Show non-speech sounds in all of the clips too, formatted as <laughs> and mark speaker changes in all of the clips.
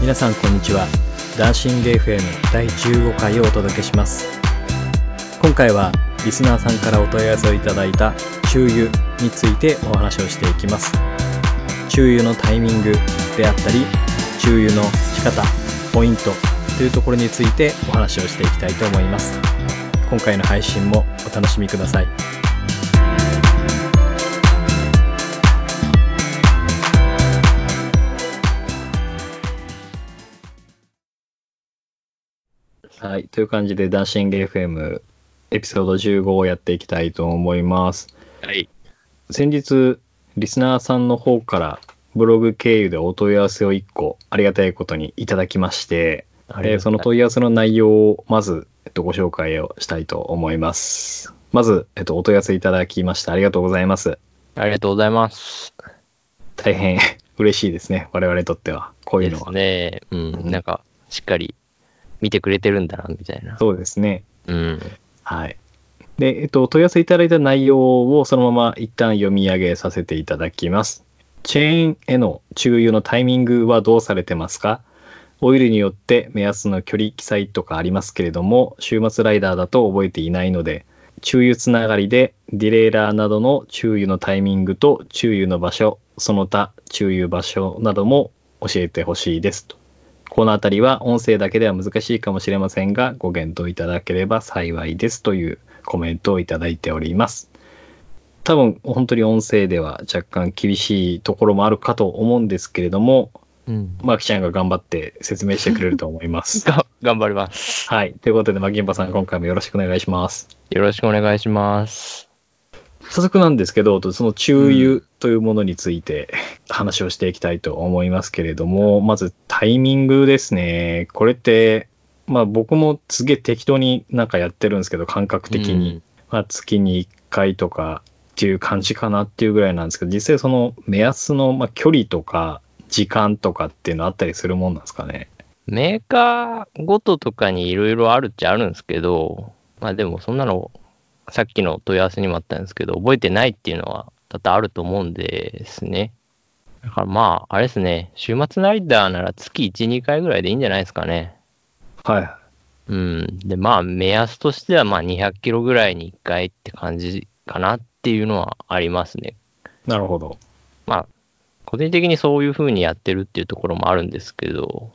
Speaker 1: 皆さんこんにちはダンシング FM 第15回をお届けします今回はリスナーさんからお問い合わせをいただいた中油についてお話をしていきます中油のタイミングであったり中油の仕方ポイントというところについてお話をしていきたいと思います今回の配信もお楽しみくださいはい、という感じでダンシング FM エピソード15をやっていきたいと思います
Speaker 2: はい。
Speaker 1: 先日リスナーさんの方からブログ経由でお問い合わせを1個ありがたいことにいただきまして、えーその問い合わせの内容をまず、えっと、ご紹介をしたいと思いますまず、えっと、お問い合わせいただきましてありがとうございます
Speaker 2: ありがとうございます。
Speaker 1: 大変嬉しいですね我々にとってはこういう
Speaker 2: で
Speaker 1: のは
Speaker 2: すね。う
Speaker 1: うん
Speaker 2: ん。なんか、しっかり見てくれてるんだな、みたいな。
Speaker 1: そうですね
Speaker 2: うん。
Speaker 1: はい。で、えっと、問い合わせいただいた内容をそのまま一旦読み上げさせていただきます。チェーンへの注油のタイミングはどうされてますかオイルによって目安の距離記載とかありますけれども、週末ライダーだと覚えていないので、注油つながりでディレイラーなどの注油のタイミングと注油の場所、その他注油場所なども教えてほしいですと。このあたりは音声だけでは難しいかもしれませんが、ご検討いただければ幸いですというコメントをいただいております。多分、本当に音声では若干厳しいところもあるかと思うんですけれども、
Speaker 2: うん。 <laughs>
Speaker 1: マキちゃんが頑張って説明してくれると思います。
Speaker 2: が、頑張ります。
Speaker 1: はい。ということで、マキンパさん、今回もよろしくお願いします。
Speaker 2: よろしくお願いします。
Speaker 1: 早速なんですけど、その中油というものについて <laughs> 話をしていきたいと思いますけれども、まずタイミングですね。これって、まあ僕もすげえ適当になんかやってるんですけど、感覚的に。まあ月に1回とかっていう感じかなっていうぐらいなんですけど、実際その目安のまあ距離とか時間とかっていうのあったりするもんなんですかね。
Speaker 2: うん。メーカーごととかにいろいろあるっちゃあるんですけど、まあでもそんなの、さっきの問い合わせにもあったんですけど、覚えてないっていうのは多々あると思うんですね。だからまあ、あれですね、週末ライダーなら月1、2回ぐらいでいいんじゃないですかね。
Speaker 1: はい。
Speaker 2: うん。で、まあ、目安としては、まあ、200キロぐらいに1回って感じかなっていうのはありますね。
Speaker 1: なるほど。
Speaker 2: 個人的にそういう風にやってるっていうところもあるんですけど、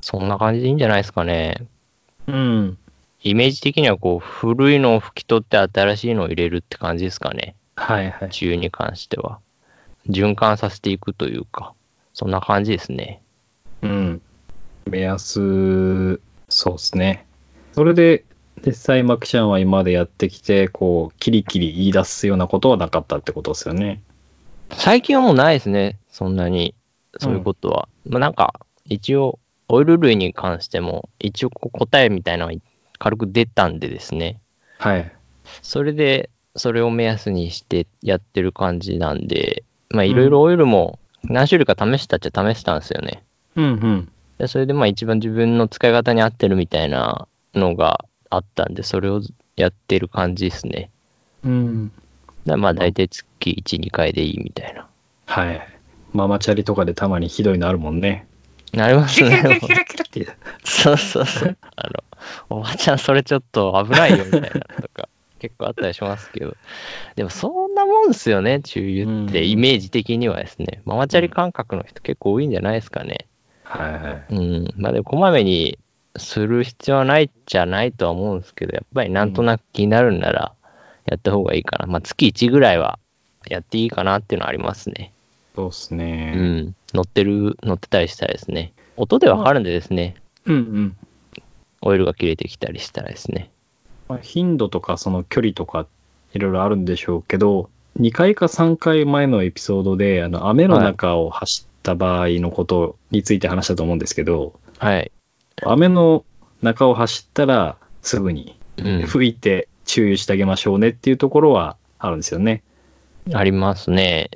Speaker 2: そんな感じでいいんじゃないですかね。
Speaker 1: うん。
Speaker 2: イメージ的には、こう、古いのを拭き取って新しいのを入れるって感じですかね。
Speaker 1: はいはい。
Speaker 2: 中に関しては。循環させていくというか、そんな感じですね。
Speaker 1: うん。目安、そうですね。それで、実際、マキちゃんは今までやってきて、こう、キリキリ言い出すようなことはなかったってことですよね。
Speaker 2: 最近はもうないですね、そんなに。そういうことは。まあなんか、一応、オイル類に関しても、一応こう答えみたいなのが軽く出たんでですね。
Speaker 1: はい。
Speaker 2: それで、それを目安にしてやってる感じなんで、まあいろいろオイルも何種類か試したっちゃ試したんですよね。
Speaker 1: うんうん。
Speaker 2: でそれでまあ一番自分の使い方に合ってるみたいなのがあったんで、それをやってる感じですね。
Speaker 1: うん。
Speaker 2: だからまあ大体月1、2回でいいみたいな。
Speaker 1: はい。ママチャリとかでたまにひどいのあるもんね。
Speaker 2: なります <laughs> ね。
Speaker 1: キラ <laughs> って。
Speaker 2: そうそうそう。あの、おばちゃんそれちょっと危ないよみたいなとか、結構あったりしますけど。でもそんなもんですよね、中油っ
Speaker 1: う
Speaker 2: て、
Speaker 1: ん
Speaker 2: イメージ的にはですね。ママチャリ感覚の人結構多いんじゃないですかね。
Speaker 1: はいはい。
Speaker 2: うん。まあでも、こまめにする必要はないじゃないとは思うんですけど、やっぱりなんとなく気になるんなら、やった方がいいかな。まあ月1ぐらいはやっていいかなっていうのはありますね。
Speaker 1: そうです
Speaker 2: う
Speaker 1: ね。
Speaker 2: ん。乗ってる、乗ってたりしたらですね。音でわかるんでですね、
Speaker 1: うんうん。
Speaker 2: オイルが切れてきたりしたらですね。
Speaker 1: まあ、頻度とかその距離とかいろいろあるんでしょうけど2回か3回前のエピソードであの雨の中を走った場合のことについて話したと思うんですけど、
Speaker 2: はい。
Speaker 1: 雨の中を走ったらすぐに
Speaker 2: うん、
Speaker 1: 吹いて注意してあげましょうねっていうところはあるんですよね。
Speaker 2: ありますね。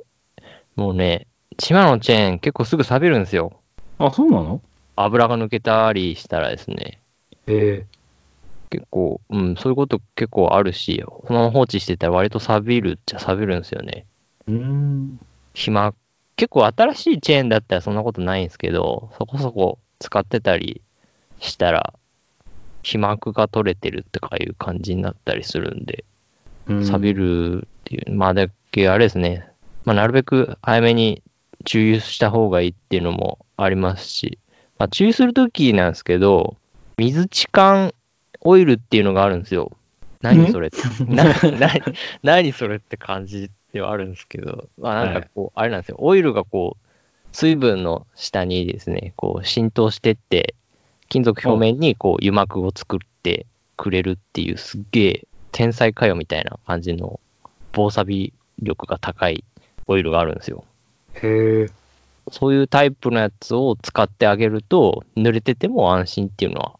Speaker 2: もうね、千葉のチェーン結構すぐ錆びるんですよ。
Speaker 1: あそうなの
Speaker 2: 油が抜けたりしたらですね、
Speaker 1: え
Speaker 2: 結構、うん、そういうこと結構あるし、そのまま放置してたら割と錆びるっちゃ錆びるんですよね。
Speaker 1: えうん
Speaker 2: 暇、結構新しいチェーンだったらそんなことないんですけど、そこそこ使ってたりしたら、皮膜が取れてるとかいう感じになったりするんで、
Speaker 1: うん
Speaker 2: 錆びるっていう、まあだけあれですね、まあ、なるべく早めに注意した方がいいっていうのもありますし、まあ、注意するときなんですけど、水置換オイルっていうのがあるんですよ。何それって、 <laughs> なな <laughs> 何それって感じではあるんですけど、まあなんかこう、あれなんですよ、オイルがこう、水分の下にですね、こう浸透してって、金属表面にこう油膜を作ってくれるっていうすっげえ天才かよみたいな感じの防錆び力が高いオイルがあるんですよ。
Speaker 1: へえ。
Speaker 2: そういうタイプのやつを使ってあげると、濡れてても安心っていうのは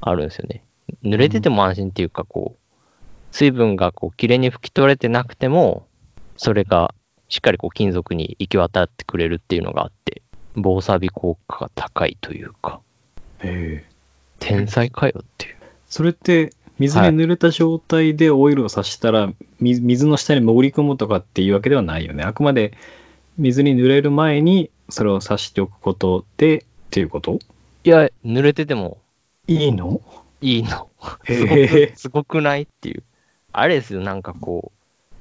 Speaker 2: あるんですよね。濡れてても安心っていうか、こう、水分がこう、きれいに拭き取れてなくても、それがしっかりこう、金属に行き渡ってくれるっていうのがあって、防錆び効果が高いというか、
Speaker 1: へえ。
Speaker 2: 天才かよっていう。
Speaker 1: それって、水に濡れた状態でオイルをさしたら、み水の下に潜り込むとかっていうわけではないよね。あくまで水に濡れる前にそれをさしておくことでっていうこと
Speaker 2: いや、濡れてても
Speaker 1: いいの
Speaker 2: いいの。 <laughs> すご
Speaker 1: へえ
Speaker 2: く、。すごくないっていう。あれですよ、なんかこ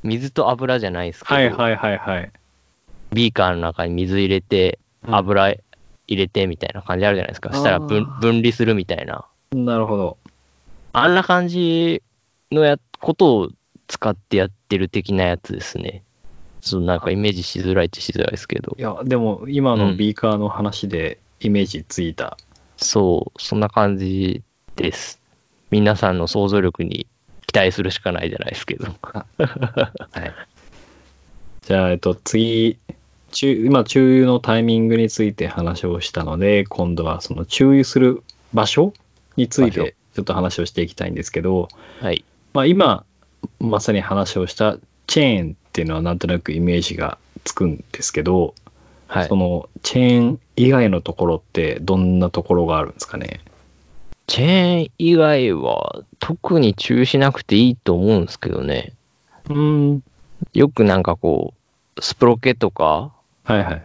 Speaker 2: う、水と油じゃないですけど、
Speaker 1: はいはいはいはい。
Speaker 2: ビーカーの中に水入れて、
Speaker 1: うん
Speaker 2: 油入れてみたいな感じあるじゃないですか。したら分
Speaker 1: あー
Speaker 2: 分離するみたいな。
Speaker 1: なるほど。
Speaker 2: あんな感じのやことを使ってやってる的なやつですね。そうなんかイメージしづらいっちゃしづらいですけど
Speaker 1: い。や、でも今
Speaker 2: う
Speaker 1: の
Speaker 2: ん
Speaker 1: ビーカーの話でイメージついた。
Speaker 2: そう、そんな感じです。皆さんの想像力に期待するしかないじゃないですけど。
Speaker 1: はい。じゃあ、えっと、次、中今、注油のタイミングについて話をしたので、今度はその注油する場所につい
Speaker 2: 場所
Speaker 1: てちょっと話をしていきたいんですけど、
Speaker 2: はい。
Speaker 1: まあ、今、まさに話をしたチェーンっていうのはなんとなくイメージがつくんですけど、
Speaker 2: はい
Speaker 1: そ。のチェーン以外のところってどんなところがあるんですかね
Speaker 2: チェーン以外は特に注意しなくていいと思うんですけどね。
Speaker 1: うん。
Speaker 2: よくなんかこう、スプロケとか、
Speaker 1: はいはい。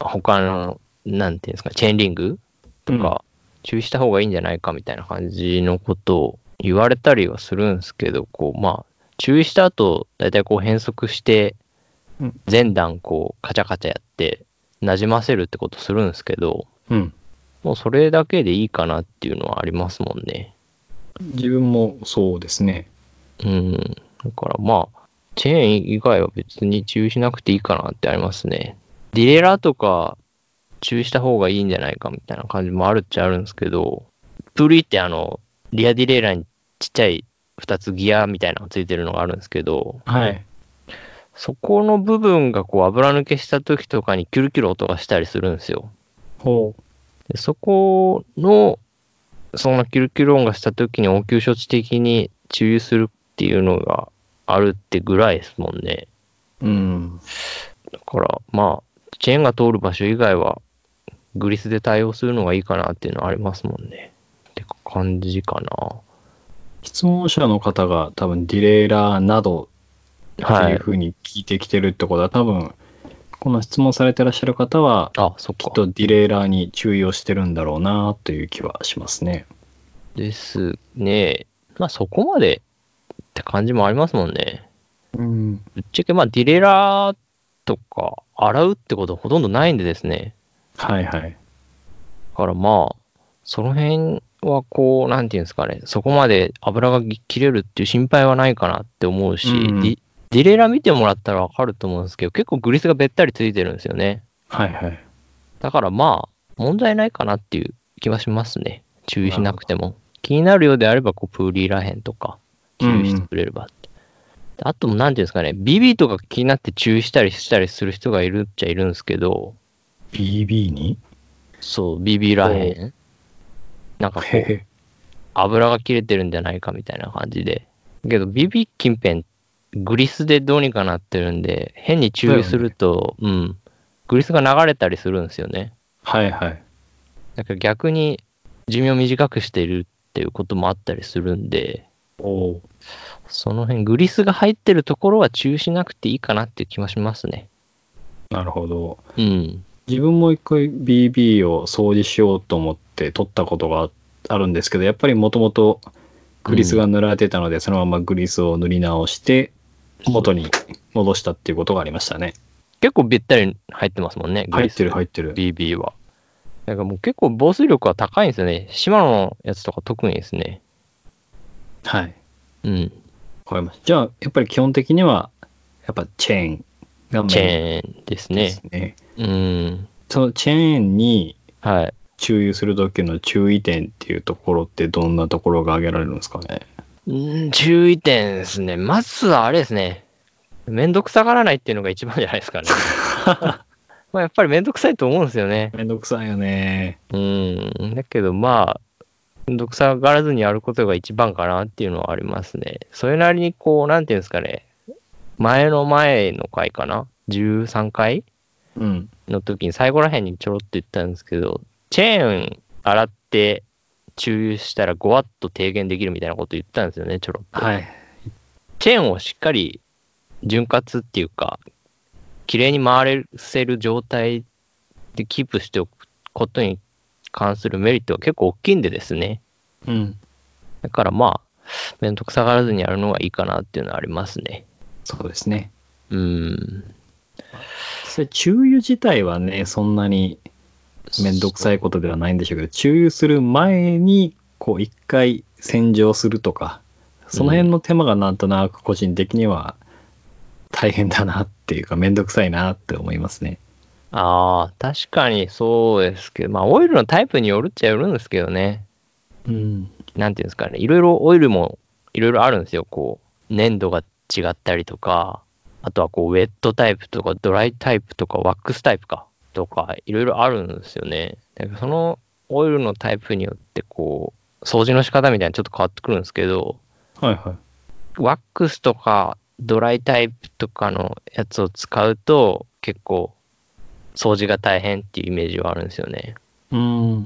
Speaker 2: 他の、なんていうんですか、チェーンリングとか、注意した方がいいんじゃないかみたいな感じのことを言われたりはするんですけど、こう、まあ、注意した後、だいたいこう変則して
Speaker 1: うん、
Speaker 2: 前段こう、カチャカチャやって、馴染ませるってことするんですけど、
Speaker 1: うん。
Speaker 2: もうそれだけでいいかなっていうのはありますもんね。
Speaker 1: 自分もそうですね。
Speaker 2: うん。だからまあ、チェーン以外は別に注意しなくていいかなってありますね。ディレラとか注意した方がいいんじゃないかみたいな感じもあるっちゃあるんですけど、プリってあの、リアディレイラーにちっちゃい2つギアみたいなのがついてるのがあるんですけど、
Speaker 1: はい。
Speaker 2: そこの部分がこう油抜けした時とかにキュルキュル音がしたりするんですよ。
Speaker 1: ほう。
Speaker 2: でそこの、そのキュルキュル音がした時に応急処置的に注意するっていうのがあるってぐらいですもんね。
Speaker 1: うん。
Speaker 2: だから、まあ、チェーンが通る場所以外は、グリスで対応するのがいいかなっていうのはありますもんね。って感じか
Speaker 1: 質問者の方が多分ディレイラーなど
Speaker 2: な。
Speaker 1: って。
Speaker 2: はいいう
Speaker 1: ふうに聞いてきてるってことは、多分この質問されてらっしゃる方は
Speaker 2: あ、そっ
Speaker 1: きっ
Speaker 2: か。
Speaker 1: とディレイラーに注意をしてるんだろうなという気はしますね。
Speaker 2: ですね。まあ、そこまでって感じもありますもんね。
Speaker 1: うん。
Speaker 2: ぶっちゃけ、まあ、ディレイラーとか、洗うってことはほとんどないんでですね。
Speaker 1: はいはい。
Speaker 2: だからまあ、その辺はこう、なんていうんですかね、そこまで油が切れるっていう心配はないかなって思うし、
Speaker 1: うんうん
Speaker 2: ディディレイラー見てもらったらわかると思うんですけど、結構グリスがべったりついてるんですよね。
Speaker 1: はいはい。
Speaker 2: だからまあ、問題ないかなっていう気はしますね。注意しなくても。気になるようであれば、こう、プーリーらへんとか、注意
Speaker 1: <laughs>
Speaker 2: してくれればって。あと、なんていうんですかね、BB とか気になって注意したりしたりする人がいるっちゃいるんですけど、
Speaker 1: BB に
Speaker 2: そう、BB らへん。なんかこう、
Speaker 1: へ
Speaker 2: 油が切れてるんじゃないかみたいな感じで。けど、ビビ近辺、グリスでどうにかなってるんで、変に注意すると、うん、グリスが流れたりするんですよね。
Speaker 1: <laughs> はいはい。
Speaker 2: だから逆に寿命を短くしているっていうこともあったりするんで、
Speaker 1: おう
Speaker 2: その辺、グリスが入ってるところは注意しなくていいかなっていう気はしますね。
Speaker 1: なるほど。
Speaker 2: うん。
Speaker 1: 自分も一回 BB を掃除しようと思って取ったことがあるんですけど、やっぱりもともとグリスが塗られてたので、そのままグリスを塗り直して、元に戻したっていうことがありましたね。
Speaker 2: 結構べったり入ってますもんね、グ
Speaker 1: 入
Speaker 2: リ
Speaker 1: っ
Speaker 2: ス
Speaker 1: てる入ってる。
Speaker 2: BB は。なんかもう結構防水力は高いんですよね。シマノのやつとか特にですね。
Speaker 1: はい。
Speaker 2: うん。
Speaker 1: わかりました。じゃあ、やっぱり基本的には、やっぱチェーンがメ
Speaker 2: チ
Speaker 1: イン
Speaker 2: ェーンです
Speaker 1: で
Speaker 2: ね
Speaker 1: す。ね。
Speaker 2: うん。
Speaker 1: そのチェーンに
Speaker 2: はい。
Speaker 1: 注意する時の注意点っていうところってどんなところが挙げられるんですかね。
Speaker 2: うん注意点ですね。まずはあれですね。めんどくさがらないっていうのが一番じゃないです <laughs> かね。まあやっぱりめんどくさいと思うんですよね。
Speaker 1: めんどくさいよね。
Speaker 2: うん。だけどまあ、めんどくさがらずにやることが一番かなっていうのはありますね。それなりにこう、なんていうんですかね。前の前の回かな ?13 回
Speaker 1: うん。
Speaker 2: の時に最後ら辺にちょろっと言ったんですけど、チェーン洗って注油したら5ワット低減できるみたいなこと言ったんですよね、ちょろっと。
Speaker 1: はい。
Speaker 2: チェーンをしっかり潤滑っていうか、綺麗に回せる状態でキープしておくことに関するメリットは結構大きいんでですね。
Speaker 1: うん。
Speaker 2: だからまあ、面倒くさがらずにやるのがいいかなっていうのはありますね。
Speaker 1: そうですね。
Speaker 2: うん。
Speaker 1: それ、注油自体はね、そんなにめんどくさいことではないんでしょうけど、注油する前に、こう、一回洗浄するとか、その辺の手間がなんとなく個人的には大変だなっていうか、めんどくさいなって思いますね。
Speaker 2: ああ、確かにそうですけど、まあオイルのタイプによるっちゃよるんですけどね。
Speaker 1: うん。
Speaker 2: なんていうんですかね、いろいろオイルもいろいろあるんですよ。こう、粘度が違ったりとか、あとはこう、ウェットタイプとか、ドライタイプとか、ワックスタイプか、とか、いろいろあるんですよね。だからそのオイルのタイプによって、こう、掃除の仕方みたいなのちょっと変わってくるんですけど、
Speaker 1: はいは
Speaker 2: ワックスとか、ドライタイプとかのやつを使うと、結構、掃除が大変っていうイメージはあるんですよね。
Speaker 1: い。うん。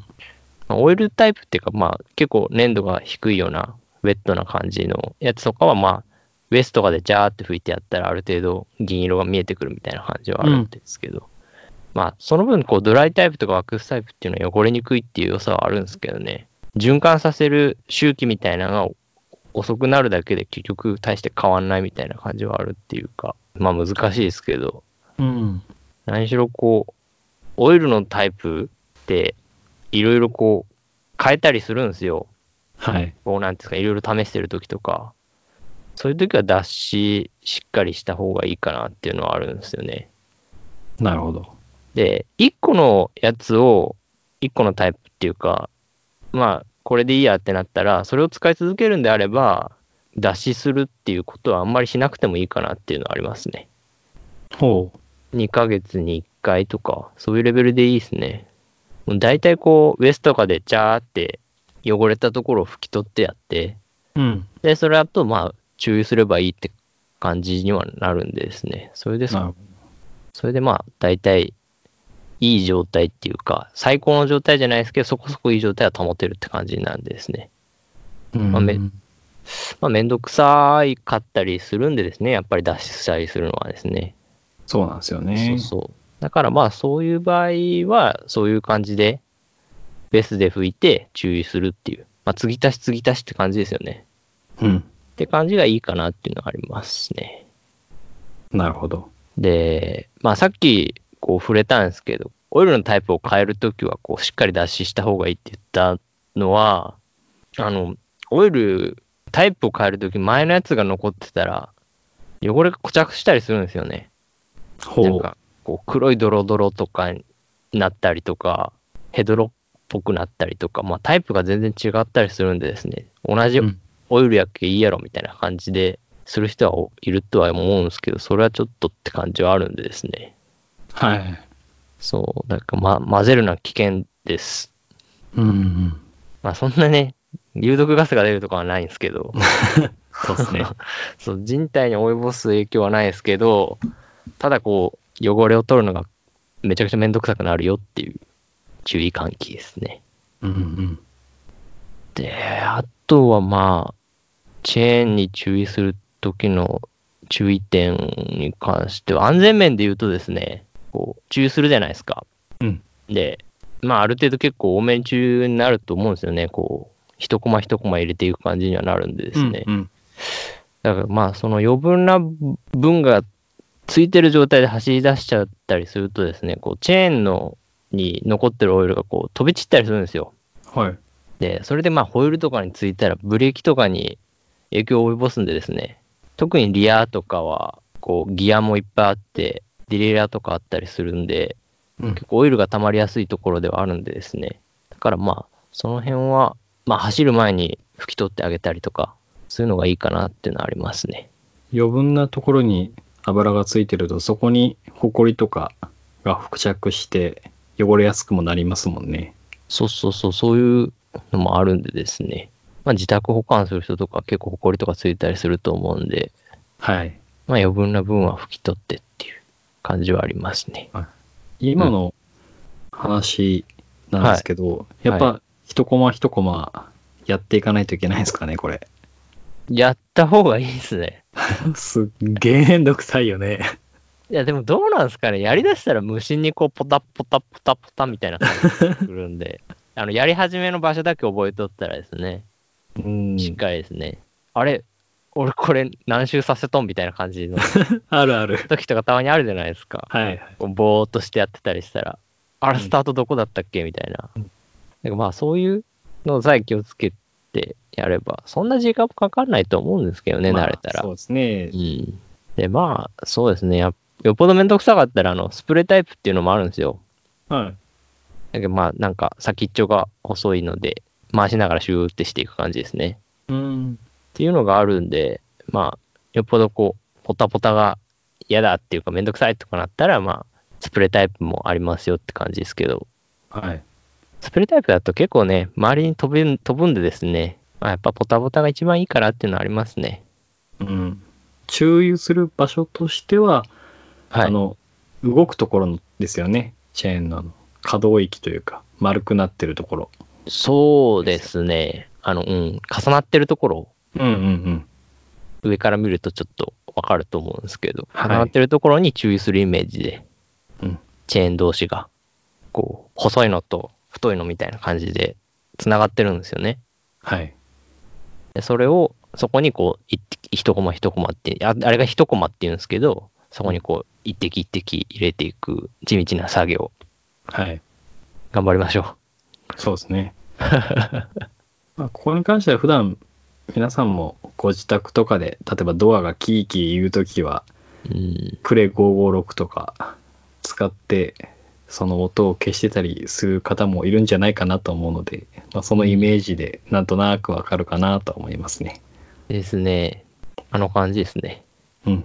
Speaker 2: まあオイルタイプっていうか、まあ、結構粘度が低いような、ウェットな感じのやつとかは、まあ、ウエスとかでジャーって拭いてやったら、ある程度銀色が見えてくるみたいな感じはあるんですけど、まあ、その分、こう、ドライタイプとかワックスタイプっていうのは汚れにくいっていう良さはあるんですけどね、循環させる周期みたいなのが遅くなるだけで結局大して変わんないみたいな感じはあるっていうか、まあ難しいですけど、
Speaker 1: うん。
Speaker 2: 何しろこう、オイルのタイプって、いろいろこう、変えたりするんですよ。
Speaker 1: はい。
Speaker 2: こうなんていうんですか、いろいろ試してる時とか。そういう時は脱脂しっかりした方がいいかなっていうのはあるんですよね。
Speaker 1: なるほど。
Speaker 2: で、1個のやつを、1個のタイプっていうか、まあ、これでいいやってなったら、それを使い続けるんであれば、脱脂するっていうことはあんまりしなくてもいいかなっていうのはありますね。
Speaker 1: ほう。
Speaker 2: 2ヶ月に1回とか、そういうレベルでいいですね。もう大体こう、ウエストとかでジャーって汚れたところを拭き取ってやって、
Speaker 1: うん。
Speaker 2: で、それあとまあ、注意すればいいって感じにはなるんでですね。それで
Speaker 1: なる
Speaker 2: そ、
Speaker 1: ほ
Speaker 2: それでまあ、大体、いい状態っていうか、最高の状態じゃないですけど、そこそこいい状態は保てるって感じなんでですね。
Speaker 1: ど。
Speaker 2: まあめ
Speaker 1: うん
Speaker 2: まあ、めんどくさいかったりするんでですね、やっぱり脱脂したりするのはですね。
Speaker 1: そうなんですよ
Speaker 2: そう
Speaker 1: ね。
Speaker 2: そう。だからまあそういう場合は、そういう感じで、ベースで拭いて注意するっていう。まあ継ぎ足し継ぎ足しって感じですよね。
Speaker 1: うん。
Speaker 2: って感じがいいかなっていうのはありますね。
Speaker 1: なるほど。
Speaker 2: で、まあさっきこう触れたんですけど、オイルのタイプを変えるときはこうしっかり脱脂した方がいいって言ったのは、あの、オイルタイプを変えるとき前のやつが残ってたら、汚れが固着したりするんですよね。
Speaker 1: ほ
Speaker 2: なん
Speaker 1: う。
Speaker 2: かこう黒いドロドロとかになったりとかヘドロっぽくなったりとか、まあ、タイプが全然違ったりするんでですね同じ
Speaker 1: うん
Speaker 2: オイルやっけいいやろみたいな感じでする人はおいるとは思うんですけどそれはちょっとって感じはあるんでですね
Speaker 1: はい。
Speaker 2: そうだから、ま、混ぜるのは危険です
Speaker 1: うんうん。
Speaker 2: まあそんなね有毒ガスが出るとかはないんですけど
Speaker 1: <laughs> そうですね。
Speaker 2: <laughs> そう人体に及ぼす影響はないですけどただこう汚れを取るのがめちゃくちゃめんどくさくなるよっていう注意喚起ですね
Speaker 1: うんうん。
Speaker 2: であとはまあチェーンに注意する時の注意点に関しては安全面で言うとですねこう注意するじゃないですか
Speaker 1: うん
Speaker 2: で、まあある程度結構多め中になると思うんですよね。こう、一コマ一コマ入れていく感じにはなるんでですね。
Speaker 1: うん
Speaker 2: だからまあその余分な分がついてる状態で走り出しちゃったりするとですね、こうチェーンのに残ってるオイルがこう飛び散ったりするんですよ。
Speaker 1: うん、はい。
Speaker 2: で、それでまあホイールとかについたらブレーキとかに影響を及ぼすんでですね、特にリアとかはこうギアもいっぱいあって、ディレイラーとかあったりするんで、
Speaker 1: うん
Speaker 2: 結構オイルが溜まりやすいところではあるんでですね。だからまあ、その辺は、まあ走る前に拭き取ってあげたりとか、そういうのがいいかなっていうのはありますね。
Speaker 1: 余分なところに油がついてるとそこにホコリとかが付着して汚れやすくもなりますもんね。
Speaker 2: そうそうそう、そういうのもあるんでですね。まあ自宅保管する人とか結構埃とかついたりすると思うんで、
Speaker 1: はい。
Speaker 2: まあ余分な分は拭き取ってっていう感じはありますね。
Speaker 1: 今の話なんですけど、やっぱ一コマ一コマやっていかないといけないですかね、これ。
Speaker 2: やった方がいいですね。
Speaker 1: すっげえめんどくさいよね。
Speaker 2: いやでもどうなんですかね。やりだしたら無心にこうポタポタポタポタみたいな感じになってくるんで、 <laughs> あのやり始めの場所だけ覚えとったらですね、
Speaker 1: うん。
Speaker 2: しっかりですね。あれ俺これ何周させとんみたいな感じの
Speaker 1: <laughs> あるある。
Speaker 2: 時とかたまにあるじゃないですか。
Speaker 1: はい。
Speaker 2: こうぼーっとしてやってたりしたら、あれ、
Speaker 1: うん
Speaker 2: スタートどこだったっけみたいな。
Speaker 1: う
Speaker 2: なん
Speaker 1: ん
Speaker 2: かまあ、そういうのさえ気をつけてやれば、そんな時間もかかんないと思うんですけどね、
Speaker 1: まあ
Speaker 2: 慣れたら。
Speaker 1: そうですね
Speaker 2: う。ん。で、まあ、そうですね。やっよっぽどめんどくさかったら、あの、スプレータイプっていうのもあるんですよ。
Speaker 1: はい。
Speaker 2: だけどまあ、なんか、先っちょが細いので、回しながらシューってしていく感じですね。
Speaker 1: うん。
Speaker 2: っていうのがあるんで、まあ、よっぽどこう、ポタポタが嫌だっていうか、めんどくさいとかなったら、まあ、スプレータイプもありますよって感じですけど、
Speaker 1: はい。
Speaker 2: スプレータイプだと結構ね、周りに飛ぶ飛ぶんでですね、まあ、やっぱポタポタが一番いいからっていうのはありますね。
Speaker 1: うん。注意する場所としては、
Speaker 2: はい。
Speaker 1: あの、動くところのですよね。チェーンのあの可動域というか、丸くなってるところ。
Speaker 2: そうですね。あの、うん、重なってるところ、
Speaker 1: うんうんうん。
Speaker 2: 上から見るとちょっとわかると思うんですけど、
Speaker 1: はい
Speaker 2: 重なってるところに注意するイメージで、
Speaker 1: うん
Speaker 2: チェーン同士が、こう、細いのと太いのみたいな感じで、つながってるんですよね。
Speaker 1: はい。
Speaker 2: でそれを、そこにこう、一滴一コマ一コマって、ああれが一コマって言うんですけど、そこにこう、一滴一滴入れていく地道な作業、
Speaker 1: はい。
Speaker 2: 頑張りましょ
Speaker 1: そうです <laughs> ね。まあここに関しては普段、皆さんもご自宅とかで、例えばドアがキーキー言うときは、
Speaker 2: う。うん。
Speaker 1: クレ556とか使って、その音を消してたりする方もいるんじゃないかなと思うので、まあ、そのイメージでなんとなくわかるかなと思いますね。
Speaker 2: ですね。あの感じですね。
Speaker 1: うん。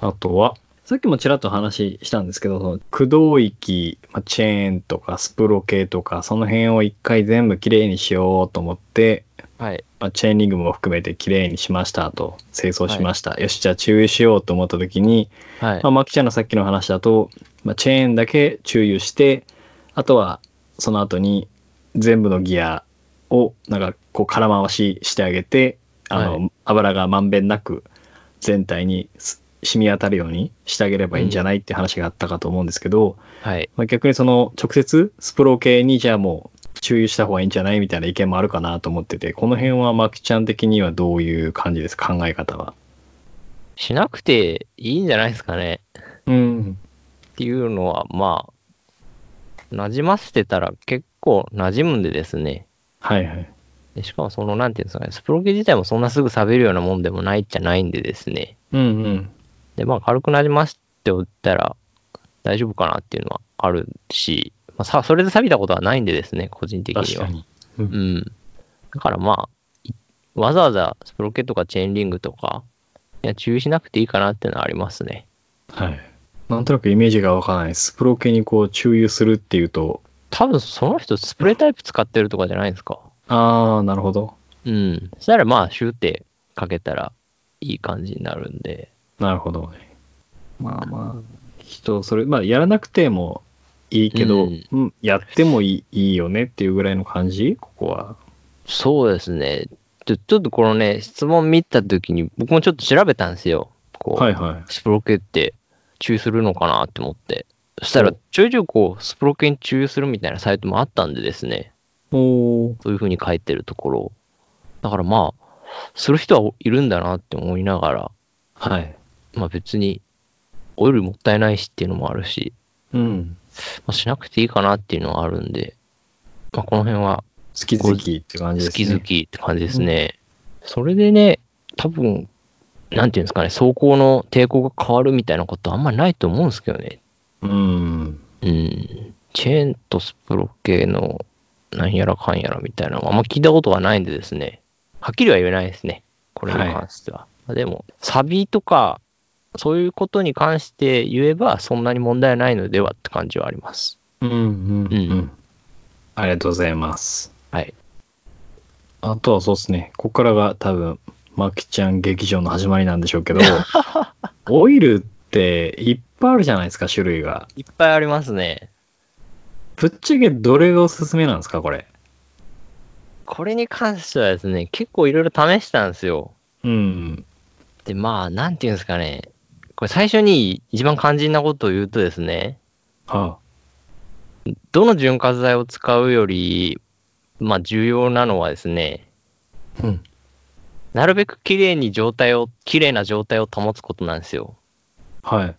Speaker 1: あとは、さっきもちらっと話したんですけど、その駆動域、まあチェーンとかスプロ系とか、その辺を一回全部きれいにしようと思って、
Speaker 2: はい。
Speaker 1: まあチェーンリングも含めてきれいにしましたと、清掃しました。よし、じゃあ注意しようと思った時に、
Speaker 2: はい
Speaker 1: まあ、。マキちゃんのさっきの話だと、まあ、チェーンだけ注油して、あとはその後に全部のギアをなんかこう空回ししてあげて、あの、
Speaker 2: は
Speaker 1: 油がまんべんなく全体にす染み渡るようにしてあげればいいんじゃないって話があったかと思うんですけど、
Speaker 2: はい。
Speaker 1: まあ、逆にその直接スプロ系にじゃあもう注油した方がいいんじゃないみたいな意見もあるかなと思ってて、この辺はマキちゃん的にはどういう感じですか考え方は。
Speaker 2: しなくていいんじゃないですかね。
Speaker 1: うん。
Speaker 2: っていうのは、まあ、馴染ませてたら結構馴染むんでですね。
Speaker 1: はいはい。
Speaker 2: でしかもその、なんていうんですかね、スプロケ自体もそんなすぐ喋るようなもんでもないじゃないんでですね。
Speaker 1: うんうん。
Speaker 2: で、まあ、軽く馴染ませておったら大丈夫かなっていうのはあるし、まあ、さ、それで錆びたことはないんでですね、個人的
Speaker 1: 確
Speaker 2: に
Speaker 1: か
Speaker 2: は。
Speaker 1: に。
Speaker 2: うん。だからまあ、いわざわざスプロケとかチェーンリングとか、いや、注意しなくていいかなっていうのはありますね。
Speaker 1: はい。なんとなくイメージがわからないです。プロ系にこう注油するっていうと、
Speaker 2: 多分その人スプレータイプ使ってるとかじゃないんですか。
Speaker 1: あー、なるほど。
Speaker 2: うん。そしたらまあ、シューってかけたらいい感じになるんで。
Speaker 1: なるほどね。まあまあ、人、それ、まあやらなくてもいいけど、
Speaker 2: う
Speaker 1: うんん、やってもいいいいよねっていうぐらいの感じここは。
Speaker 2: そうですね。ちょちょっとこのね、質問見たときに、僕もちょっと調べたんですよ。こう、
Speaker 1: はいはい。
Speaker 2: スプロケって注意するのかなって思って。そした
Speaker 1: お
Speaker 2: ら、ちょいちょいこう、スプロケン注意するみたいなサイトもあったんでですね、
Speaker 1: おー
Speaker 2: そういう風に書いてるところ。だからまあ、する人はいるんだなって思いながら、
Speaker 1: はい。
Speaker 2: まあ別に、オイルもったいないしっていうのもあるし、
Speaker 1: うん。
Speaker 2: まあ、しなくていいかなっていうのはあるんで、まあこの辺は
Speaker 1: 好き好きって感じで
Speaker 2: 好
Speaker 1: す
Speaker 2: き
Speaker 1: ね。
Speaker 2: 好きって感じですね。それでね、多分、なんていうんですかね、走行の抵抗が変わるみたいなことあんまりないと思うんですけどね。
Speaker 1: うん。
Speaker 2: うん。チェーンとスプロ系のなんやらかんやらみたいなのはあんま聞いたことがないんでですね。はっきりは言えないですね。これに関しては。まあでも、サビとか、そういうことに関して言えば、そんなに問題はないのではって感じはあります。
Speaker 1: うんうんう。
Speaker 2: うん
Speaker 1: ありがとうございます。
Speaker 2: はい。
Speaker 1: あとはそうですね。ここからが多分、マキちゃん劇場の始まりなんでしょうけど、 <laughs> オイルっていっぱいあるじゃないですか、種類が。
Speaker 2: いっぱいありますね。
Speaker 1: ぶっちゃけどれがおすすめなんですか、これ。
Speaker 2: これに関してはですね、結構いろいろ試したんですよ。
Speaker 1: うん。
Speaker 2: で、まあ、なんていうんですかね。これ最初に一番肝心なことを言うとですね、
Speaker 1: は
Speaker 2: どの潤滑剤を使うより、まあ重要なのはですね、
Speaker 1: あ。うん。
Speaker 2: なるべく綺麗に状態を、綺麗な状態を保つことなんですよ。
Speaker 1: はい。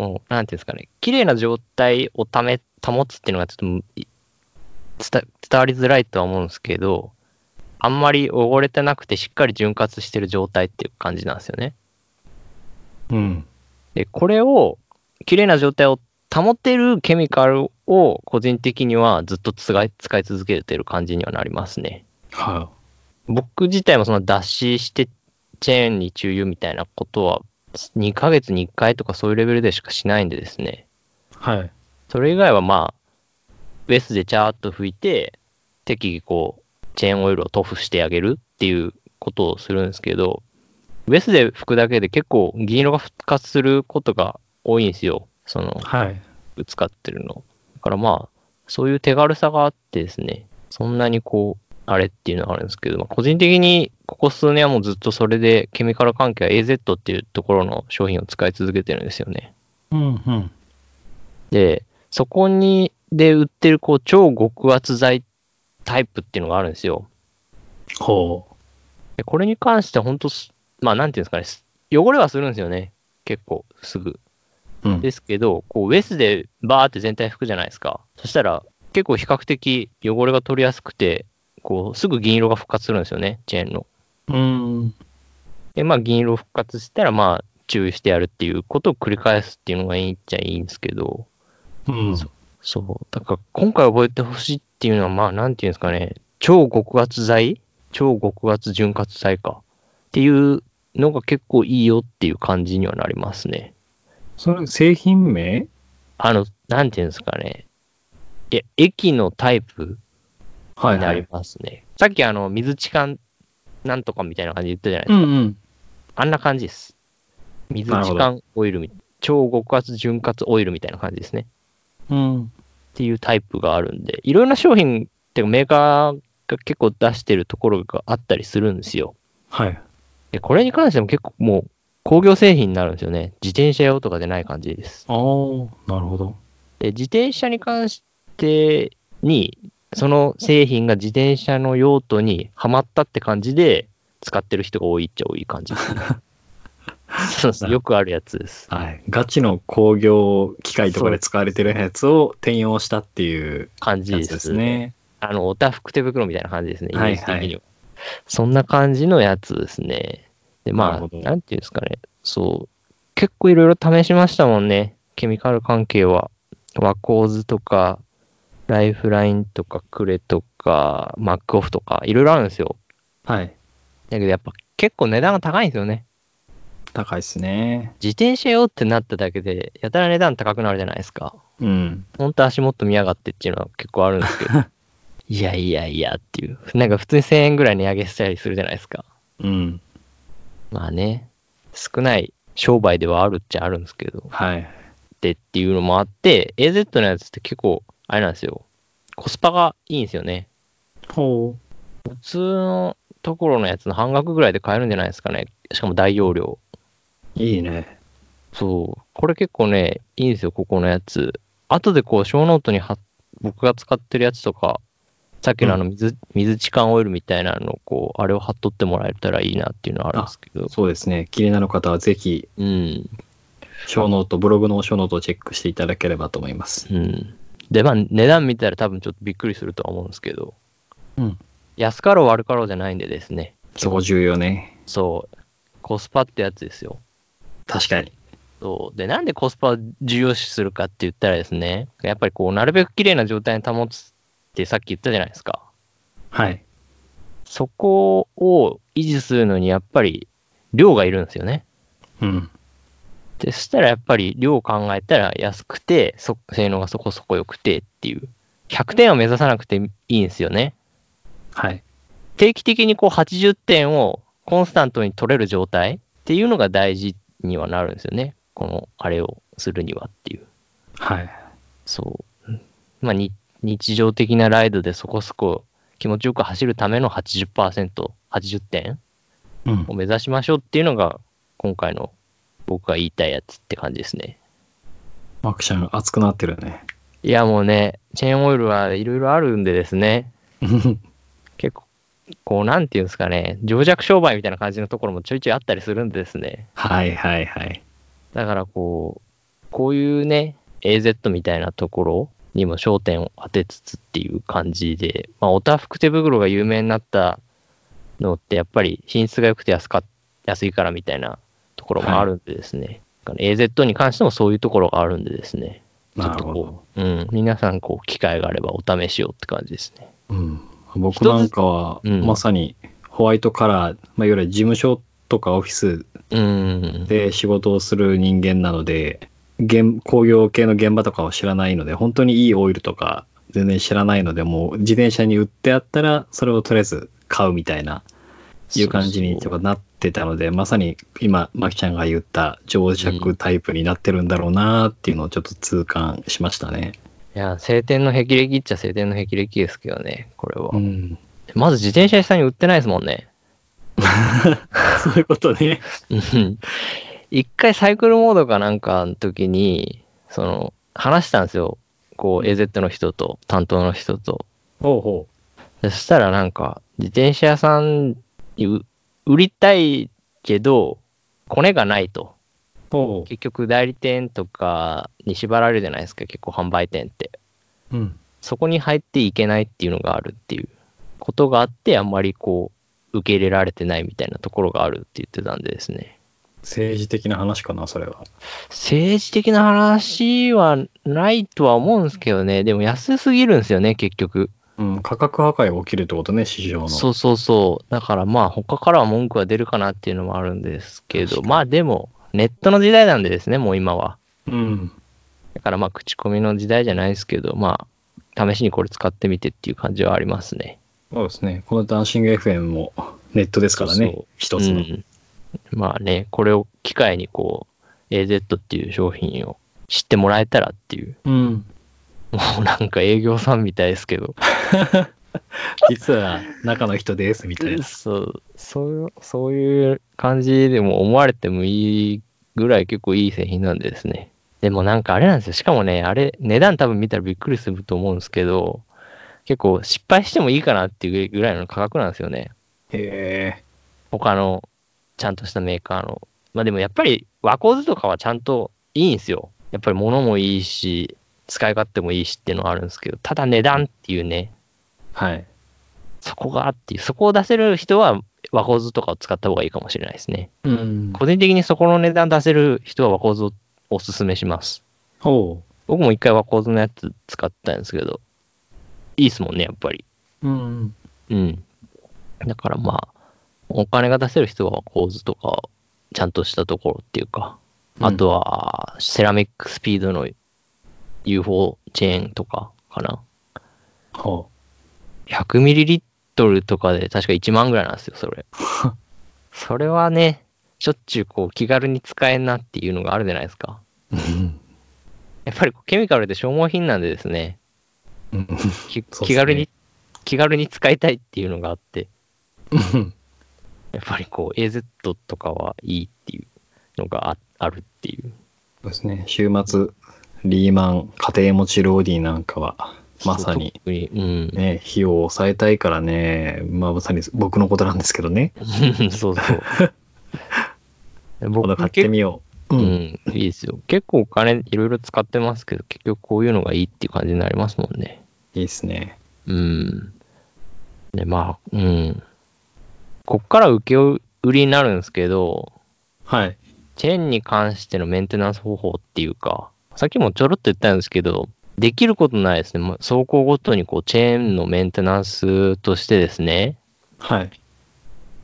Speaker 2: もう、なんていうんですかね。綺麗な状態をため、保つっていうのがちょっとむい伝、伝わりづらいとは思うんですけど、あんまり汚れてなくてしっかり潤滑してる状態っていう感じなんですよね。
Speaker 1: うん。
Speaker 2: で、これを、綺麗な状態を保てるケミカルを個人的にはずっと使い使い続けてる感じにはなりますね。
Speaker 1: は
Speaker 2: 僕自体もその脱脂してチェーンに注油みたいなことは2ヶ月に1回とかそういうレベルでしかしないんでですね。
Speaker 1: あ。はい。
Speaker 2: それ以外はまあ、ウェスでチャーっと拭いて、適宜こう、チェーンオイルを塗布してあげるっていうことをするんですけど、ウェスで拭くだけで結構銀色が復活することが多いんですよ。その、
Speaker 1: はい。
Speaker 2: 使ってるの。だからまあ、そういう手軽さがあってですね、そんなにこう、あれっていうのがあるんですけど、まあ、個人的にここ数年はもうずっとそれでケミカル関係は AZ っていうところの商品を使い続けてるんですよね。
Speaker 1: うんうん。
Speaker 2: で、そこに、で売ってるこう超極圧剤タイプっていうのがあるんですよ。
Speaker 1: ほう。
Speaker 2: でこれに関して本当す、まあなんていうんですかねす、汚れはするんですよね。結構すぐ。
Speaker 1: うん
Speaker 2: ですけど、こうウェスでバーって全体拭くじゃないですか。そしたら結構比較的汚れが取りやすくて、こうすぐ銀色が復活するんですよね、チェーンの。
Speaker 1: うん。
Speaker 2: で、まあ銀色復活したらまあ注意してやるっていうことを繰り返すっていうのがいいっちゃいいんですけど、
Speaker 1: うん。
Speaker 2: そう。だから今回覚えてほしいっていうのはまあなんていうんですかね、超極圧剤超極圧潤滑剤か。っていうのが結構いいよっていう感じにはなりますね。
Speaker 1: それ、製品名
Speaker 2: あの、なんていうんですかね。いや、液のタイプ
Speaker 1: は
Speaker 2: になり。ますね。さっきあの、水痴漢なんとかみたいな感じで言ったじゃないで
Speaker 1: う
Speaker 2: す
Speaker 1: ん
Speaker 2: か。
Speaker 1: うん。
Speaker 2: あんな感じです。水
Speaker 1: なる
Speaker 2: 痴
Speaker 1: ほ
Speaker 2: 漢オイルみ超極圧潤滑オイルみたいな感じですね。
Speaker 1: うん。
Speaker 2: っていうタイプがあるんで、いろんな商品っていうかメーカーが結構出してるところがあったりするんですよ。
Speaker 1: はい。
Speaker 2: で、これに関しても結構もう工業製品になるんですよね。自転車用とかでない感じです。
Speaker 1: ああ、なるほど。
Speaker 2: で自転車に関してに、その製品が自転車の用途にはまったって感じで使ってる人が多いっちゃ多
Speaker 1: <laughs>
Speaker 2: い感じですね。そうです。よくあるやつです。
Speaker 1: はい。ガチの工業機械とかで使われてるやつを転用したっていう
Speaker 2: 感じ
Speaker 1: や
Speaker 2: で
Speaker 1: つ
Speaker 2: す。
Speaker 1: ですね。
Speaker 2: あの、おたふく手袋みたいな感じですね。イメージ的には。
Speaker 1: はいは
Speaker 2: そんな感じのやつですね。で、ま
Speaker 1: な
Speaker 2: あ、
Speaker 1: るほど
Speaker 2: なんていうんですかね。そう。結構いろいろ試しましたもんね。ケミカル関係は。ワコーズとか、ライフラインとか、クレとか、マックオフとか、いろいろあるんですよ。
Speaker 1: はい。
Speaker 2: だけどやっぱ結構値段が高いんですよね。
Speaker 1: 高いですね。
Speaker 2: 自転車用ってなっただけで、やたら値段高くなるじゃないですか。
Speaker 1: うん。
Speaker 2: ほんと足元見やがってっていうのは結構あるんですけ <laughs> ど。いやいやいやっていう。なんか普通に1000円ぐらい値上げしたりするじゃないですか。
Speaker 1: うん。
Speaker 2: まあね、少ない商売ではあるっちゃあるんですけど。
Speaker 1: はい。
Speaker 2: でっていうのもあって、AZ のやつって結構、あれなんですよ。コスパがいいんですよね。
Speaker 1: ほ
Speaker 2: 普通のところのやつの半額ぐらいで買えるんじゃないですかね。しかも大容量。
Speaker 1: う。いいね。
Speaker 2: そう。これ結構ね、いいんですよ、ここのやつ。後でこう、小ノートに貼っ僕が使ってるやつとか、さっきのあの水、水置換オイルみたいなのをこう、あれを貼っとってもらえたらいいなっていうのはあるんですけど。
Speaker 1: そうですね。気になる方はぜひ、
Speaker 2: うん。
Speaker 1: 小ノート、ブログの小ノートをチェックしていただければと思います。
Speaker 2: うん。で、まあ、値段見たら多分ちょっとびっくりするとは思うんですけど、
Speaker 1: うん。
Speaker 2: 安かろう悪かろうじゃないんでですね。
Speaker 1: そこ重要ね。
Speaker 2: そう。コスパってやつですよ。
Speaker 1: 確かに。
Speaker 2: そう。で、なんでコスパを重要視するかって言ったらですね、やっぱりこう、なるべく綺麗な状態に保つってさっき言ったじゃないですか。
Speaker 1: はい。
Speaker 2: そこを維持するのにやっぱり量がいるんですよね。
Speaker 1: うん。
Speaker 2: で、そしたらやっぱり量を考えたら安くて、そ性能がそこそこ良くてっていう。100点を目指さなくていいんですよね。
Speaker 1: はい。
Speaker 2: 定期的にこう80点をコンスタントに取れる状態っていうのが大事にはなるんですよね。このあれをするにはっていう。
Speaker 1: はい。
Speaker 2: そう。まあ、に日常的なライドでそこそこ気持ちよく走るための80%、80点
Speaker 1: うん
Speaker 2: を。目指しましょうっていうのが、今回の僕が言いたいやつって感じですね。
Speaker 1: マクシャン、熱くなってるね。
Speaker 2: いや、もうね、チェーンオイルはいろいろあるんでですね、結構、こう、なんていうんですかね、情弱商売みたいな感じのところもちょいちょいあったりするんでですね。
Speaker 1: <laughs> はいはいはい。
Speaker 2: だからこう、こういうね、AZ みたいなところにも焦点を当てつつっていう感じで、まあ、おたふく手袋が有名になったのって、やっぱり品質が良くて安か、安いからみたいなところもあるんでですね。だから AZ に関してもそういうところがあるんでですね。ちょ
Speaker 1: な
Speaker 2: っ
Speaker 1: る
Speaker 2: と
Speaker 1: ほど
Speaker 2: こ。う、うん、皆さんこう、機会があればお試しをって感じですね。
Speaker 1: うん、僕なんかは、
Speaker 2: 一つうん
Speaker 1: まさにホワイトカラー、まあ、いわゆる事務所とかオフィス
Speaker 2: うん。
Speaker 1: で仕事をする人間なので現工業系の現場とかを知らないので本当にいいオイルとか全然知らないのでもう自転車に売ってあったらそれをとりあえず買うみたいないう感じに
Speaker 2: そうそ
Speaker 1: と
Speaker 2: う
Speaker 1: かなってたのでまさに今マキちゃんが言った情弱タイプになってるんだろうなっていうのをちょっと痛感しましたね。
Speaker 2: いや、晴天の霹靂っちゃ晴天の霹靂ですけどね、これは。
Speaker 1: うん、
Speaker 2: まず自転車屋さんに売ってないですもんね。
Speaker 1: <laughs> そういうことね。
Speaker 2: うん一回サイクルモードかなんかの時に、その、話したんですよ。こう、AZ の人と、担当の人と。
Speaker 1: ほうほ
Speaker 2: でそしたらなんか、自転車屋さんにう売りたいけど、コネがないと。
Speaker 1: うほ
Speaker 2: 結局代理店とかに縛られるじゃないですか、結構販売店って。
Speaker 1: う。うん
Speaker 2: そこに入っていけないっていうのがあるっていうことがあって、あんまりこう、受け入れられてないみたいなところがあるって言ってたんでですね。
Speaker 1: 政治的な話かな、それは。
Speaker 2: 政治的な話はないとは思うんですけどね、でも安すぎるんですよね、結局。
Speaker 1: うん、価格破壊が起きるってことね、市場の。
Speaker 2: そうそうそう。だからまあ、他からは文句は出るかなっていうのもあるんですけ
Speaker 1: 確か
Speaker 2: ど、
Speaker 1: に
Speaker 2: まあでも、ネットの時代なんでですね、もう今は。
Speaker 1: うん。
Speaker 2: だからまあ、口コミの時代じゃないですけど、まあ、試しにこれ使ってみてっていう感じはありますね。
Speaker 1: そうですね。このダンシング FM もネットですから
Speaker 2: そう
Speaker 1: ね、一つの。
Speaker 2: うんまあね、これを機会にこう、AZ っていう商品を知ってもらえたらっていう、
Speaker 1: うん。
Speaker 2: もうなんか営業さんみたいですけど、
Speaker 1: 実は中の人です、みたいな。
Speaker 2: そう、そう、そういう感じでも思われてもいいぐらい結構いい製品なんでですね。でもなんかあれなんですよ。しかもね、あれ、値段多分見たらびっくりすると思うんですけど、結構失敗してもいいかなっていうぐらいの価格なんですよね。
Speaker 1: へえ。
Speaker 2: 他のちゃんとしたメーカーの。まあでもやっぱり和光図とかはちゃんといいんですよ。やっぱり物もいいし、使い勝手もいいしっていうのはあるんですけど、ただ値段っていうね、
Speaker 1: はい。
Speaker 2: そこがっていう、そこを出せる人は和光図とかを使った方がいいかもしれないですね。
Speaker 1: うん。
Speaker 2: 個人的にそこの値段出せる人は和光図をおすすめします。
Speaker 1: ほ
Speaker 2: 僕も一回和光図のやつ使ったんですけど、いいっすもんね、やっぱり。
Speaker 1: う。うん。
Speaker 2: うん。だからまあ、お金が出せる人は構図とか、ちゃんとしたところっていうか、
Speaker 1: うん
Speaker 2: あとは、セラミックスピードの UFO チェーンとかかな。
Speaker 1: ほ
Speaker 2: 100ml とかで確か1万ぐらいなんですよ、
Speaker 1: <laughs>
Speaker 2: それ。それはね、しょっちゅうこう気軽に使えんなっていうのがあるじゃないですか。
Speaker 1: う。うん
Speaker 2: やっぱりこうケミカルって消耗品なんでですね、
Speaker 1: うん
Speaker 2: き
Speaker 1: そうっすね
Speaker 2: 気軽に、気軽に使いたいっていうのがあって、
Speaker 1: うん
Speaker 2: やっぱりこう AZ とかはいいっていうのがああるっていう。
Speaker 1: そうですね。週末、リーマン、家庭持ちローディーなんかは、まさに
Speaker 2: 特に。うん。
Speaker 1: ね、費用を抑えたいからね、まあ、まさに僕のことなんですけどね。
Speaker 2: <laughs> そう
Speaker 1: <laughs>
Speaker 2: そう。
Speaker 1: 今度買ってみよう。う。
Speaker 2: うんん、いいですよ。結構お金いろいろ使ってますけど、結局こういうのがいいっていう感じになりますもんね。
Speaker 1: いいですね。
Speaker 2: うん。で、まあ、うん。こっから請け売りになるんですけど、
Speaker 1: はい。
Speaker 2: チェーンに関してのメンテナンス方法っていうか、さっきもちょろっと言ったんですけど、できることないですね。もう走行ごとにこうチェーンのメンテナンスとしてですね、
Speaker 1: はい。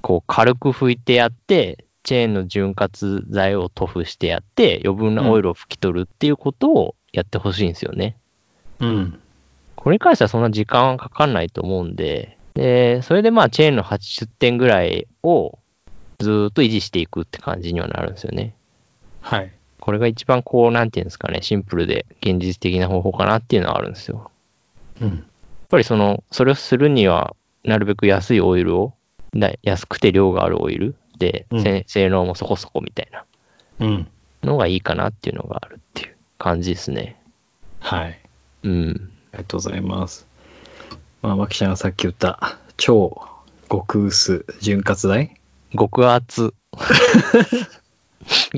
Speaker 2: こう軽く拭いてやって、チェーンの潤滑剤を塗布してやって、余分なオイルを拭き取るっていうことをやってほしいんですよね。
Speaker 1: うん。
Speaker 2: これに関してはそんな時間はかかんないと思うんで、で、それでまあチェーンの80点ぐらいをずーっと維持していくって感じにはなるんですよね。
Speaker 1: はい。
Speaker 2: これが一番こう、なんていうんですかね、シンプルで現実的な方法かなっていうのはあるんですよ。やっ
Speaker 1: うん。
Speaker 2: ぱりその、それをするには、なるべく安いオイルを、な安くて量があるオイルで、
Speaker 1: うん
Speaker 2: せ性能もそこそこみたいな
Speaker 1: うん。
Speaker 2: のがいいかなっていうのがあるっていう感じですね。
Speaker 1: はい。
Speaker 2: うん。
Speaker 1: ありがとうございます。まあ、マキちゃんがさっき言った、超極薄潤滑
Speaker 2: <laughs>
Speaker 1: 剤
Speaker 2: 極厚。 <laughs>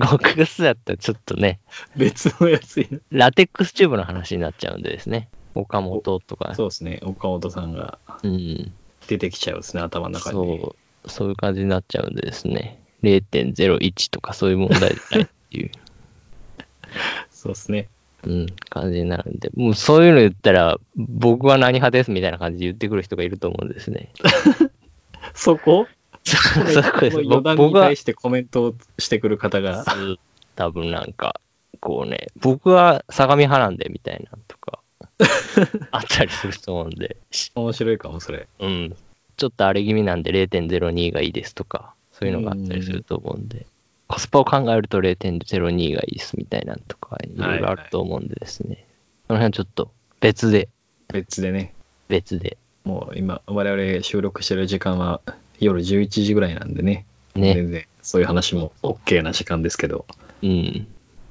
Speaker 2: 極薄だったらちょっとね、
Speaker 1: 別のやつに
Speaker 2: ラテックスチューブの話になっちゃうんでですね。岡本とか。
Speaker 1: そうですね。岡本さんが
Speaker 2: うん。
Speaker 1: 出てきちゃうですね、頭の中に。
Speaker 2: そう、そういう感じになっちゃうんでですね。0.01とかそういう問題じゃないって <laughs> いう、
Speaker 1: そうですね。
Speaker 2: うん、感じになるんで、もうそういうの言ったら、僕は何派ですみたいな感じで言ってくる人がいると思うんですね。
Speaker 1: そこ
Speaker 2: <laughs> そう <laughs> そうで
Speaker 1: この
Speaker 2: す
Speaker 1: 余
Speaker 2: 僕
Speaker 1: 談に
Speaker 2: 僕は
Speaker 1: 対、してコメントをしてくる方が。
Speaker 2: そう多分なんか、こうね、僕は相模派なんでみたいなとか、あったりすると思うんで、
Speaker 1: 面白いかも、それ。
Speaker 2: うん、ちょっと荒れ気味なんで0.02がいいですとか、そういうのがあったりすると思うんで、コスパを考えると0.02がいいですみたいなんとか、いろいろあると思うんでですね、その辺はちょっと別で、
Speaker 1: 別でね。
Speaker 2: 別で、
Speaker 1: もう今、我々収録してる時間は夜11時ぐらいなんでね。
Speaker 2: ね、
Speaker 1: 全然、そういう話も OK な時間ですけど。
Speaker 2: うん。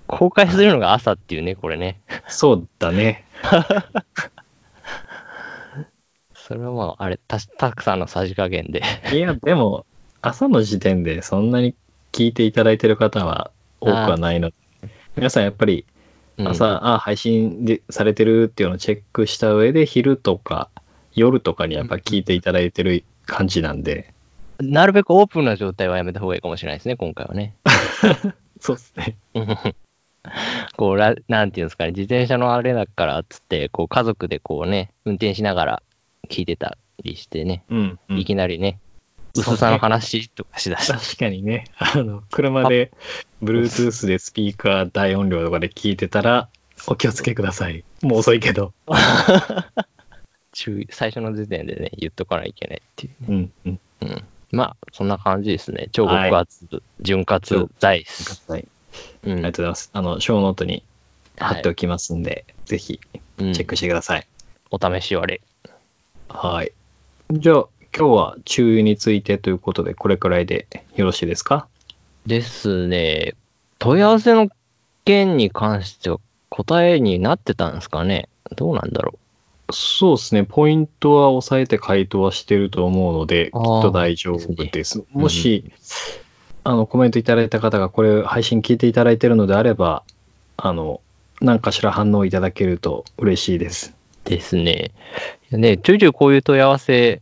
Speaker 2: 公開するのが朝っていうね、これね。
Speaker 1: そうだね。
Speaker 2: それはまあ、あれ、たたくさんのさじ加減で。
Speaker 1: いや、でも、朝の時点でそんなに聞いていただいてる方は多くはないので、皆さんやっぱり
Speaker 2: うん
Speaker 1: 朝、、あ配信でされてるっていうのをチェックした上で、昼とか夜とかにやっぱ聞いていただいてる感じなんで、
Speaker 2: なるべくオープンな状態はやめた方がいいかもしれないですね、今回はね。 <laughs>
Speaker 1: そうですね。
Speaker 2: こうら、なんていうんですかね、自転車のあれだからっつって、こう家族でこうね、運転しながら聞いてたりしてね、
Speaker 1: うん、
Speaker 2: いきなりね、
Speaker 1: そうね
Speaker 2: 薄さの話とかしだした。
Speaker 1: 確かにね、あの、車で、Bluetooth でスピーカー大音量とかで聞いてたら、お気をつけください。もう遅いけど。
Speaker 2: 注意最初の時点でね、言っとかないといけないっていうね。
Speaker 1: うん、うん。
Speaker 2: うん、まあ、そんな感じですね。超
Speaker 1: はい
Speaker 2: 極厚、潤滑剤です。
Speaker 1: はい。
Speaker 2: う
Speaker 1: あり
Speaker 2: ん
Speaker 1: がとうございます。あの、ショーノートに貼って
Speaker 2: は
Speaker 1: おきますんで、ぜひ、
Speaker 2: いうん
Speaker 1: チェックしてください。
Speaker 2: お試しあれ。
Speaker 1: はい。じゃあ、今日は注意についてということで、これくらいでよろしいですか
Speaker 2: ですね、問い合わせの件に関しては答えになってたんですかねどうなんだろう。
Speaker 1: そうですね。ポイントは押さえて回答はしてると思うので、きっ
Speaker 2: あー
Speaker 1: と大丈夫です。もし、あの、コメントいただいた方がこれ配信聞いていただいてるのであれば、あの、何かしら反応いただけると嬉しいです。
Speaker 2: ですね。いやね、ちょいちょいこういう問い合わせ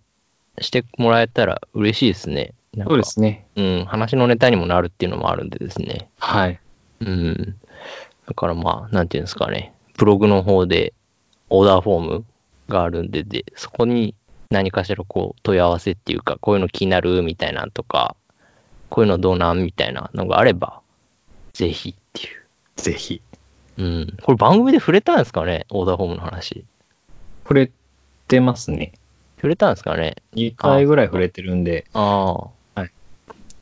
Speaker 2: してもらえたら嬉しいですね。なんか
Speaker 1: そうで。すね。
Speaker 2: うん、話のネタにもなるっていうのもあるんでですね。
Speaker 1: はい。
Speaker 2: うん。だからまあ、なんていうんですかね。ブログの方でオーダーフォームがあるんで、で、そこに何かしらこう問い合わせっていうか、こういうの気になるみたいなんとか、こういうのどうなんみたいなのがあれば、ぜひっていう。
Speaker 1: ぜひ。
Speaker 2: うん。これ番組で触れたんですかねオーダーフォームの話。
Speaker 1: 触れてますね。
Speaker 2: 触れたんですかね
Speaker 1: 2回ぐらい触れてるんで、
Speaker 2: ああ。
Speaker 1: はい。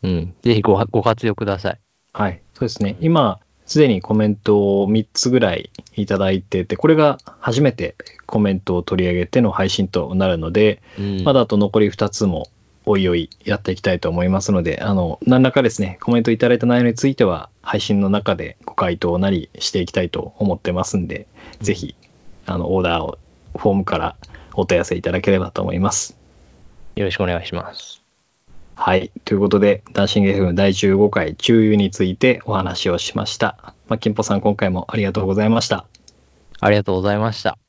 Speaker 2: うん。ぜひごはご活用ください。
Speaker 1: はい。そうですね。今、すでにコメントを3つぐらいいただいてて、これが初めてコメントを取り上げての配信となるので、
Speaker 2: うん、
Speaker 1: まだあと残り2つもおいおいやっていきたいと思いますので、あの、何らかですね、コメントいただいた内容については、配信の中でご回答なりしていきたいと思ってますんで、ぜひ、あの、オーダーを、フォームからお問い合わせいただければと思います。
Speaker 2: よろしくお願いします。
Speaker 1: はい。ということで、ダンシング FM 第15回、中遊についてお話をしました。まあ、金ポさん、今回もありがとうございました。
Speaker 2: ありがとうございました。